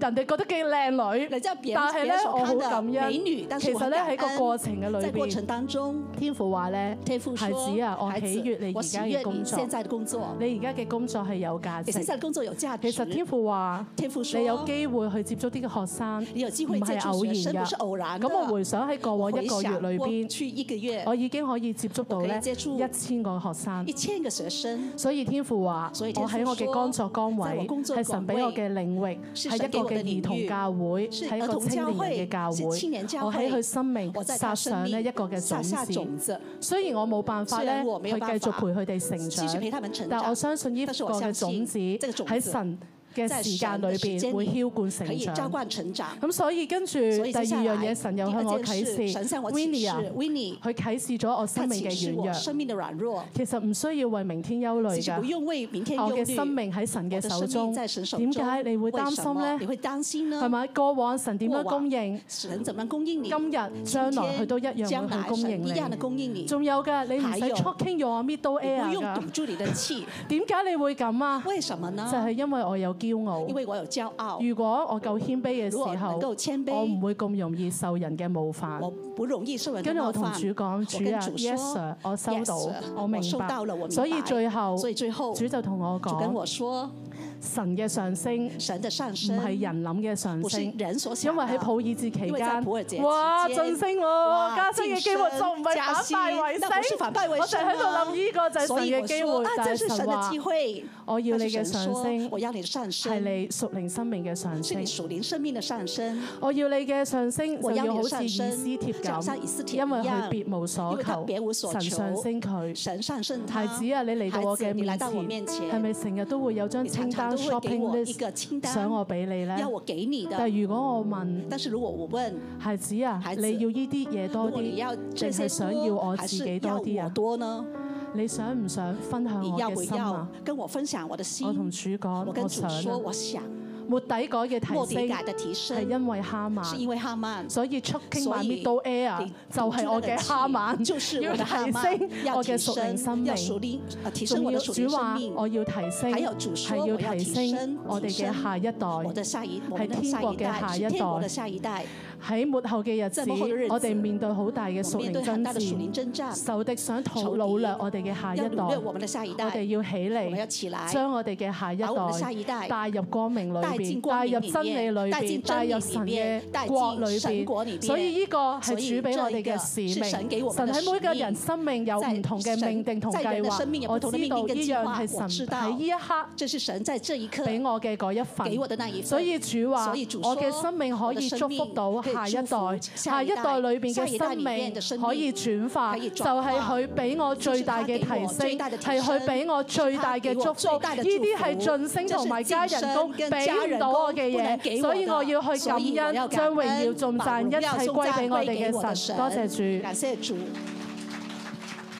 [SPEAKER 1] 人哋覺得幾靚女，
[SPEAKER 2] 人家別人
[SPEAKER 1] 但係
[SPEAKER 2] 別
[SPEAKER 1] 咧
[SPEAKER 2] 人所
[SPEAKER 1] 我好
[SPEAKER 2] 看
[SPEAKER 1] 感
[SPEAKER 2] 的美
[SPEAKER 1] 恩。
[SPEAKER 2] 女，但是
[SPEAKER 1] 其
[SPEAKER 2] 我
[SPEAKER 1] 實
[SPEAKER 2] 很
[SPEAKER 1] 咧
[SPEAKER 2] 感
[SPEAKER 1] 喺個
[SPEAKER 2] 恩
[SPEAKER 1] 過程嘅裏
[SPEAKER 2] 在過
[SPEAKER 1] 邊，
[SPEAKER 2] 程當中，
[SPEAKER 1] 天父話咧
[SPEAKER 2] 天父：
[SPEAKER 1] 孩
[SPEAKER 2] 說
[SPEAKER 1] 子啊，我
[SPEAKER 2] 孩子
[SPEAKER 1] 喜悅你
[SPEAKER 2] 我
[SPEAKER 1] 而
[SPEAKER 2] 喜
[SPEAKER 1] 家嘅
[SPEAKER 2] 悅
[SPEAKER 1] 工
[SPEAKER 2] 你
[SPEAKER 1] 作，
[SPEAKER 2] 現在的工作，
[SPEAKER 1] 你而家嘅工作係有價
[SPEAKER 2] 你現在
[SPEAKER 1] 值。
[SPEAKER 2] 的工作有價值。
[SPEAKER 1] 其實天父話
[SPEAKER 2] 天父說
[SPEAKER 1] 你有機會去接觸啲嘅學生，
[SPEAKER 2] 你有機會
[SPEAKER 1] 唔
[SPEAKER 2] 接
[SPEAKER 1] 係偶
[SPEAKER 2] 觸學生，
[SPEAKER 1] 然
[SPEAKER 2] 不是
[SPEAKER 1] 㗎。
[SPEAKER 2] 偶然的。
[SPEAKER 1] 咁我回想喺過往一個月裏
[SPEAKER 2] 回想過
[SPEAKER 1] 邊，
[SPEAKER 2] 去一個月
[SPEAKER 1] 我已經可以接觸到
[SPEAKER 2] 我
[SPEAKER 1] 咧
[SPEAKER 2] 可以接觸
[SPEAKER 1] 一千個學生
[SPEAKER 2] 一。千個學生，
[SPEAKER 1] 所以天父話：
[SPEAKER 2] 所以
[SPEAKER 1] 我
[SPEAKER 2] 天父
[SPEAKER 1] 喺我嘅
[SPEAKER 2] 說
[SPEAKER 1] 工作崗
[SPEAKER 2] 在
[SPEAKER 1] 位
[SPEAKER 2] 我工作
[SPEAKER 1] 係神
[SPEAKER 2] 崗
[SPEAKER 1] 俾我
[SPEAKER 2] 位
[SPEAKER 1] 嘅領域，
[SPEAKER 2] 是
[SPEAKER 1] 係
[SPEAKER 2] 神
[SPEAKER 1] 一
[SPEAKER 2] 給
[SPEAKER 1] 個
[SPEAKER 2] 我
[SPEAKER 1] 嘅
[SPEAKER 2] 的領
[SPEAKER 1] 兒童
[SPEAKER 2] 域
[SPEAKER 1] 教會，
[SPEAKER 2] 是
[SPEAKER 1] 係一
[SPEAKER 2] 兒
[SPEAKER 1] 個
[SPEAKER 2] 童
[SPEAKER 1] 青
[SPEAKER 2] 教
[SPEAKER 1] 年人嘅
[SPEAKER 2] 會，
[SPEAKER 1] 教
[SPEAKER 2] 是
[SPEAKER 1] 會
[SPEAKER 2] 青年。教
[SPEAKER 1] 我喺
[SPEAKER 2] 會。
[SPEAKER 1] 佢生命
[SPEAKER 2] 我在
[SPEAKER 1] 撒
[SPEAKER 2] 他生
[SPEAKER 1] 上呢
[SPEAKER 2] 命
[SPEAKER 1] 一個嘅
[SPEAKER 2] 撒
[SPEAKER 1] 種
[SPEAKER 2] 下種
[SPEAKER 1] 子。
[SPEAKER 2] 子，
[SPEAKER 1] 雖然我冇辦法
[SPEAKER 2] 雖
[SPEAKER 1] 咧
[SPEAKER 2] 然我沒
[SPEAKER 1] 去
[SPEAKER 2] 有辦
[SPEAKER 1] 繼續
[SPEAKER 2] 法
[SPEAKER 1] 陪佢哋成
[SPEAKER 2] 繼續陪他們
[SPEAKER 1] 長，
[SPEAKER 2] 成
[SPEAKER 1] 但我
[SPEAKER 2] 長
[SPEAKER 1] 相信呢個
[SPEAKER 2] 但是我
[SPEAKER 1] 嘅
[SPEAKER 2] 相
[SPEAKER 1] 種
[SPEAKER 2] 信
[SPEAKER 1] 子
[SPEAKER 2] 這個種
[SPEAKER 1] 喺
[SPEAKER 2] 子
[SPEAKER 1] 神嘅
[SPEAKER 2] 在
[SPEAKER 1] 時間
[SPEAKER 2] 神
[SPEAKER 1] 裏
[SPEAKER 2] 的時
[SPEAKER 1] 邊
[SPEAKER 2] 間
[SPEAKER 1] 會
[SPEAKER 2] 裏
[SPEAKER 1] 澆灌
[SPEAKER 2] 可
[SPEAKER 1] 成
[SPEAKER 2] 以
[SPEAKER 1] 長
[SPEAKER 2] 召。喚成長。
[SPEAKER 1] 咁所以跟住
[SPEAKER 2] 所以
[SPEAKER 1] 嗯第
[SPEAKER 2] 接
[SPEAKER 1] 二
[SPEAKER 2] 下
[SPEAKER 1] 樣嘢，
[SPEAKER 2] 來
[SPEAKER 1] 神
[SPEAKER 2] 第
[SPEAKER 1] 又向我
[SPEAKER 2] 二
[SPEAKER 1] 啟
[SPEAKER 2] 件事，
[SPEAKER 1] 示
[SPEAKER 2] 神向我啟
[SPEAKER 1] Winnie 啊，
[SPEAKER 2] 示，Winnie，
[SPEAKER 1] 佢啟示咗我生
[SPEAKER 2] 他
[SPEAKER 1] 命嘅
[SPEAKER 2] 啟示
[SPEAKER 1] 軟
[SPEAKER 2] 我
[SPEAKER 1] 弱。
[SPEAKER 2] 生命的軟弱，
[SPEAKER 1] 其實唔需要為明天憂慮
[SPEAKER 2] 其實
[SPEAKER 1] 㗎。
[SPEAKER 2] 不用為明天
[SPEAKER 1] 我
[SPEAKER 2] 憂
[SPEAKER 1] 嘅生
[SPEAKER 2] 慮。
[SPEAKER 1] 命喺神嘅
[SPEAKER 2] 我
[SPEAKER 1] 手
[SPEAKER 2] 的生
[SPEAKER 1] 中，
[SPEAKER 2] 命在神手中，
[SPEAKER 1] 點解你會擔心
[SPEAKER 2] 為什麼你
[SPEAKER 1] 呢？
[SPEAKER 2] 會擔心
[SPEAKER 1] 係
[SPEAKER 2] 呢？
[SPEAKER 1] 咪過往神點樣供應，
[SPEAKER 2] 神怎麼供應你？
[SPEAKER 1] 今日將來佢都一樣
[SPEAKER 2] 將
[SPEAKER 1] 會
[SPEAKER 2] 來
[SPEAKER 1] 去供應
[SPEAKER 2] 神一樣的
[SPEAKER 1] 你。
[SPEAKER 2] 供應你，
[SPEAKER 1] 仲有㗎，你唔使
[SPEAKER 2] 還有
[SPEAKER 1] talking your middle
[SPEAKER 2] 你
[SPEAKER 1] air
[SPEAKER 2] 不用
[SPEAKER 1] 㗎
[SPEAKER 2] 堵。住你的氣。
[SPEAKER 1] 點解你會咁啊？
[SPEAKER 2] 為什麼
[SPEAKER 1] 就
[SPEAKER 2] 呢？
[SPEAKER 1] 係因為我有驕傲
[SPEAKER 2] 因。為我有驕傲。
[SPEAKER 1] 如果我夠謙卑嘅時
[SPEAKER 2] 如果能
[SPEAKER 1] 候
[SPEAKER 2] 夠，謙
[SPEAKER 1] 我唔
[SPEAKER 2] 卑，
[SPEAKER 1] 會咁容易受人嘅冒犯
[SPEAKER 2] 我。不容易受人的
[SPEAKER 1] 跟住我
[SPEAKER 2] 冒
[SPEAKER 1] 同
[SPEAKER 2] 犯。
[SPEAKER 1] 主講，
[SPEAKER 2] 我
[SPEAKER 1] 主
[SPEAKER 2] 跟
[SPEAKER 1] 啊
[SPEAKER 2] 主
[SPEAKER 1] ，yes
[SPEAKER 2] 說
[SPEAKER 1] sir，我收
[SPEAKER 2] Yes，
[SPEAKER 1] 到
[SPEAKER 2] sir，，
[SPEAKER 1] 我明
[SPEAKER 2] 收到了，我
[SPEAKER 1] 白。
[SPEAKER 2] 明白。
[SPEAKER 1] 所以最後，
[SPEAKER 2] 所以最後
[SPEAKER 1] 主就同我
[SPEAKER 2] 就跟
[SPEAKER 1] 講，
[SPEAKER 2] 我說，
[SPEAKER 1] 神嘅上升唔
[SPEAKER 2] 神的上升
[SPEAKER 1] 係人諗嘅上
[SPEAKER 2] 不是
[SPEAKER 1] 升，
[SPEAKER 2] 人所
[SPEAKER 1] 因
[SPEAKER 2] 想
[SPEAKER 1] 為喺
[SPEAKER 2] 的。
[SPEAKER 1] 普爾節期
[SPEAKER 2] 啊因為在普洱節期
[SPEAKER 1] 間，
[SPEAKER 2] 間
[SPEAKER 1] 哇，晉升喎，
[SPEAKER 2] 哇
[SPEAKER 1] 加薪嘅機會就唔係
[SPEAKER 2] 加
[SPEAKER 1] 反
[SPEAKER 2] 薪
[SPEAKER 1] 敗為
[SPEAKER 2] 那不是
[SPEAKER 1] 勝。
[SPEAKER 2] 反敗為
[SPEAKER 1] 我就
[SPEAKER 2] 勝
[SPEAKER 1] 喺度諗，呢個就係神
[SPEAKER 2] 啊所以
[SPEAKER 1] 嘅
[SPEAKER 2] 我
[SPEAKER 1] 機
[SPEAKER 2] 說
[SPEAKER 1] 會，
[SPEAKER 2] 啊，
[SPEAKER 1] 但
[SPEAKER 2] 這
[SPEAKER 1] 係
[SPEAKER 2] 是
[SPEAKER 1] 神
[SPEAKER 2] 神的
[SPEAKER 1] 話
[SPEAKER 2] 機會。
[SPEAKER 1] 我要你嘅
[SPEAKER 2] 但是
[SPEAKER 1] 上
[SPEAKER 2] 神說
[SPEAKER 1] 升
[SPEAKER 2] 我要你上
[SPEAKER 1] 係
[SPEAKER 2] 升，
[SPEAKER 1] 你屬靈生命嘅上
[SPEAKER 2] 是
[SPEAKER 1] 升
[SPEAKER 2] 你。屬靈生命的上升。
[SPEAKER 1] 我要你嘅上升就
[SPEAKER 2] 我要
[SPEAKER 1] 要
[SPEAKER 2] 你
[SPEAKER 1] 好
[SPEAKER 2] 嘅
[SPEAKER 1] 似以
[SPEAKER 2] 上升
[SPEAKER 1] 斯帖
[SPEAKER 2] 就好像以斯
[SPEAKER 1] 咁，
[SPEAKER 2] 帖
[SPEAKER 1] 因為
[SPEAKER 2] 一
[SPEAKER 1] 佢
[SPEAKER 2] 樣
[SPEAKER 1] 別無
[SPEAKER 2] 因
[SPEAKER 1] 所
[SPEAKER 2] 為他
[SPEAKER 1] 求，
[SPEAKER 2] 別無所
[SPEAKER 1] 神
[SPEAKER 2] 求
[SPEAKER 1] 上升佢。
[SPEAKER 2] 神上升
[SPEAKER 1] 孩
[SPEAKER 2] 他，
[SPEAKER 1] 子啊，你嚟到我
[SPEAKER 2] 孩
[SPEAKER 1] 嘅
[SPEAKER 2] 子你
[SPEAKER 1] 面
[SPEAKER 2] 來到我
[SPEAKER 1] 前，
[SPEAKER 2] 面前
[SPEAKER 1] 係咪成日都會有張
[SPEAKER 2] 你常
[SPEAKER 1] 清
[SPEAKER 2] 常
[SPEAKER 1] 單
[SPEAKER 2] 都會給
[SPEAKER 1] shopping
[SPEAKER 2] 我一個
[SPEAKER 1] list
[SPEAKER 2] 清單，
[SPEAKER 1] 想我俾你呢？
[SPEAKER 2] 要我給你
[SPEAKER 1] 但
[SPEAKER 2] 的。
[SPEAKER 1] 係如果我問
[SPEAKER 2] 但是如果我問，
[SPEAKER 1] 孩子啊，
[SPEAKER 2] 孩子
[SPEAKER 1] 你要呢啲嘢
[SPEAKER 2] 如
[SPEAKER 1] 多
[SPEAKER 2] 果你
[SPEAKER 1] 啲，
[SPEAKER 2] 要
[SPEAKER 1] 定
[SPEAKER 2] 這
[SPEAKER 1] 係
[SPEAKER 2] 些
[SPEAKER 1] 想要我
[SPEAKER 2] 多，
[SPEAKER 1] 自
[SPEAKER 2] 還
[SPEAKER 1] 己
[SPEAKER 2] 是
[SPEAKER 1] 多
[SPEAKER 2] 要
[SPEAKER 1] 啲啊
[SPEAKER 2] 我多呢？
[SPEAKER 1] 你想唔想分享
[SPEAKER 2] 你
[SPEAKER 1] 我
[SPEAKER 2] 要
[SPEAKER 1] 嘅
[SPEAKER 2] 不
[SPEAKER 1] 心
[SPEAKER 2] 要
[SPEAKER 1] 啊？
[SPEAKER 2] 跟我分享我的心
[SPEAKER 1] 我？同主講，
[SPEAKER 2] 我跟
[SPEAKER 1] 我
[SPEAKER 2] 主
[SPEAKER 1] 想
[SPEAKER 2] 說，
[SPEAKER 1] 啊。
[SPEAKER 2] 我想
[SPEAKER 1] 末底改嘅
[SPEAKER 2] 莫迪
[SPEAKER 1] 提
[SPEAKER 2] 改
[SPEAKER 1] 升
[SPEAKER 2] 的提
[SPEAKER 1] 係
[SPEAKER 2] 升，
[SPEAKER 1] 因為哈曼，
[SPEAKER 2] 是因為哈曼。
[SPEAKER 1] 所以 choking my
[SPEAKER 2] 所以
[SPEAKER 1] middle air
[SPEAKER 2] 你
[SPEAKER 1] 啊就係我嘅哈曼，
[SPEAKER 2] 就是我的哈
[SPEAKER 1] 要
[SPEAKER 2] 曼
[SPEAKER 1] 提升，
[SPEAKER 2] 要
[SPEAKER 1] 我嘅
[SPEAKER 2] 提
[SPEAKER 1] 屬靈生
[SPEAKER 2] 升，
[SPEAKER 1] 命
[SPEAKER 2] 要屬靈，啊提升
[SPEAKER 1] 仲
[SPEAKER 2] 我
[SPEAKER 1] 要
[SPEAKER 2] 的屬
[SPEAKER 1] 主
[SPEAKER 2] 靈生
[SPEAKER 1] 話
[SPEAKER 2] 命，
[SPEAKER 1] 我要提升，
[SPEAKER 2] 還有主說
[SPEAKER 1] 係要
[SPEAKER 2] 我要
[SPEAKER 1] 提
[SPEAKER 2] 提
[SPEAKER 1] 升
[SPEAKER 2] 升
[SPEAKER 1] 我哋
[SPEAKER 2] 提
[SPEAKER 1] 嘅
[SPEAKER 2] 升
[SPEAKER 1] 下一
[SPEAKER 2] 我的
[SPEAKER 1] 代。
[SPEAKER 2] 下一，我們
[SPEAKER 1] 係
[SPEAKER 2] 的
[SPEAKER 1] 天
[SPEAKER 2] 下
[SPEAKER 1] 國
[SPEAKER 2] 一
[SPEAKER 1] 嘅
[SPEAKER 2] 代，
[SPEAKER 1] 下一
[SPEAKER 2] 是天國
[SPEAKER 1] 代
[SPEAKER 2] 的下一代，
[SPEAKER 1] 喺末後嘅日子
[SPEAKER 2] 在末後的日，子
[SPEAKER 1] 我哋面對好大嘅
[SPEAKER 2] 我
[SPEAKER 1] 屬
[SPEAKER 2] 們
[SPEAKER 1] 靈
[SPEAKER 2] 面對很
[SPEAKER 1] 爭
[SPEAKER 2] 大的屬靈
[SPEAKER 1] 戰，
[SPEAKER 2] 征戰，
[SPEAKER 1] 仇敵想討擄掠我哋嘅下一
[SPEAKER 2] 要
[SPEAKER 1] 代，
[SPEAKER 2] 努力
[SPEAKER 1] 我
[SPEAKER 2] 我們的下一
[SPEAKER 1] 哋
[SPEAKER 2] 代，
[SPEAKER 1] 要起
[SPEAKER 2] 我們
[SPEAKER 1] 嚟，
[SPEAKER 2] 要起來，
[SPEAKER 1] 將我哋嘅下一
[SPEAKER 2] 把我們的下一
[SPEAKER 1] 代
[SPEAKER 2] 代
[SPEAKER 1] 帶入光明裏
[SPEAKER 2] 帶
[SPEAKER 1] 邊，
[SPEAKER 2] 進光
[SPEAKER 1] 帶入
[SPEAKER 2] 明裏
[SPEAKER 1] 真理
[SPEAKER 2] 面，
[SPEAKER 1] 裏
[SPEAKER 2] 帶
[SPEAKER 1] 邊，帶
[SPEAKER 2] 進真
[SPEAKER 1] 入
[SPEAKER 2] 理
[SPEAKER 1] 神
[SPEAKER 2] 裏面，
[SPEAKER 1] 嘅
[SPEAKER 2] 帶
[SPEAKER 1] 國裏
[SPEAKER 2] 進神國裏
[SPEAKER 1] 邊。
[SPEAKER 2] 邊。
[SPEAKER 1] 所以呢個
[SPEAKER 2] 所以
[SPEAKER 1] 係主俾我哋嘅使命。
[SPEAKER 2] 這個是神給我
[SPEAKER 1] 神
[SPEAKER 2] 們的
[SPEAKER 1] 喺每個人
[SPEAKER 2] 使
[SPEAKER 1] 生命有唔同嘅命定同
[SPEAKER 2] 在
[SPEAKER 1] 計
[SPEAKER 2] 人
[SPEAKER 1] 劃
[SPEAKER 2] 的生命，有
[SPEAKER 1] 我
[SPEAKER 2] 不
[SPEAKER 1] 知
[SPEAKER 2] 同
[SPEAKER 1] 道呢
[SPEAKER 2] 的命定跟計
[SPEAKER 1] 樣
[SPEAKER 2] 劃
[SPEAKER 1] 係
[SPEAKER 2] 我知
[SPEAKER 1] 神
[SPEAKER 2] 道
[SPEAKER 1] 喺呢一刻
[SPEAKER 2] 這是神在這一刻
[SPEAKER 1] 俾我嘅嗰一份。
[SPEAKER 2] 給我的那一份。
[SPEAKER 1] 所以主話：
[SPEAKER 2] 所以主說
[SPEAKER 1] 我嘅生命可以祝福到下一
[SPEAKER 2] 我的
[SPEAKER 1] 代下
[SPEAKER 2] 生命可以，祝福下
[SPEAKER 1] 一
[SPEAKER 2] 一
[SPEAKER 1] 代
[SPEAKER 2] 代
[SPEAKER 1] 裏邊嘅生命可以轉化，
[SPEAKER 2] 可以
[SPEAKER 1] 就
[SPEAKER 2] 轉化
[SPEAKER 1] 係佢俾我最大嘅提
[SPEAKER 2] 就
[SPEAKER 1] 升，
[SPEAKER 2] 是他給我最大的提
[SPEAKER 1] 係
[SPEAKER 2] 升
[SPEAKER 1] 佢俾我最大嘅祝福。
[SPEAKER 2] 就是他給我最大
[SPEAKER 1] 呢
[SPEAKER 2] 的祝福
[SPEAKER 1] 啲係晉升同埋加人工
[SPEAKER 2] 這是晉升跟加
[SPEAKER 1] 俾唔
[SPEAKER 2] 人
[SPEAKER 1] 到
[SPEAKER 2] 工
[SPEAKER 1] 我嘅
[SPEAKER 2] 不能給
[SPEAKER 1] 嘢，
[SPEAKER 2] 我的
[SPEAKER 1] 所以我要去感
[SPEAKER 2] 所以我
[SPEAKER 1] 恩，
[SPEAKER 2] 要
[SPEAKER 1] 將
[SPEAKER 2] 感恩
[SPEAKER 1] 榮耀、頌讚
[SPEAKER 2] 把榮
[SPEAKER 1] 一
[SPEAKER 2] 耀
[SPEAKER 1] 切
[SPEAKER 2] 頌讚
[SPEAKER 1] 歸俾我哋
[SPEAKER 2] 歸給
[SPEAKER 1] 嘅
[SPEAKER 2] 我的
[SPEAKER 1] 神。
[SPEAKER 2] 神
[SPEAKER 1] 多謝主。
[SPEAKER 2] 感謝主。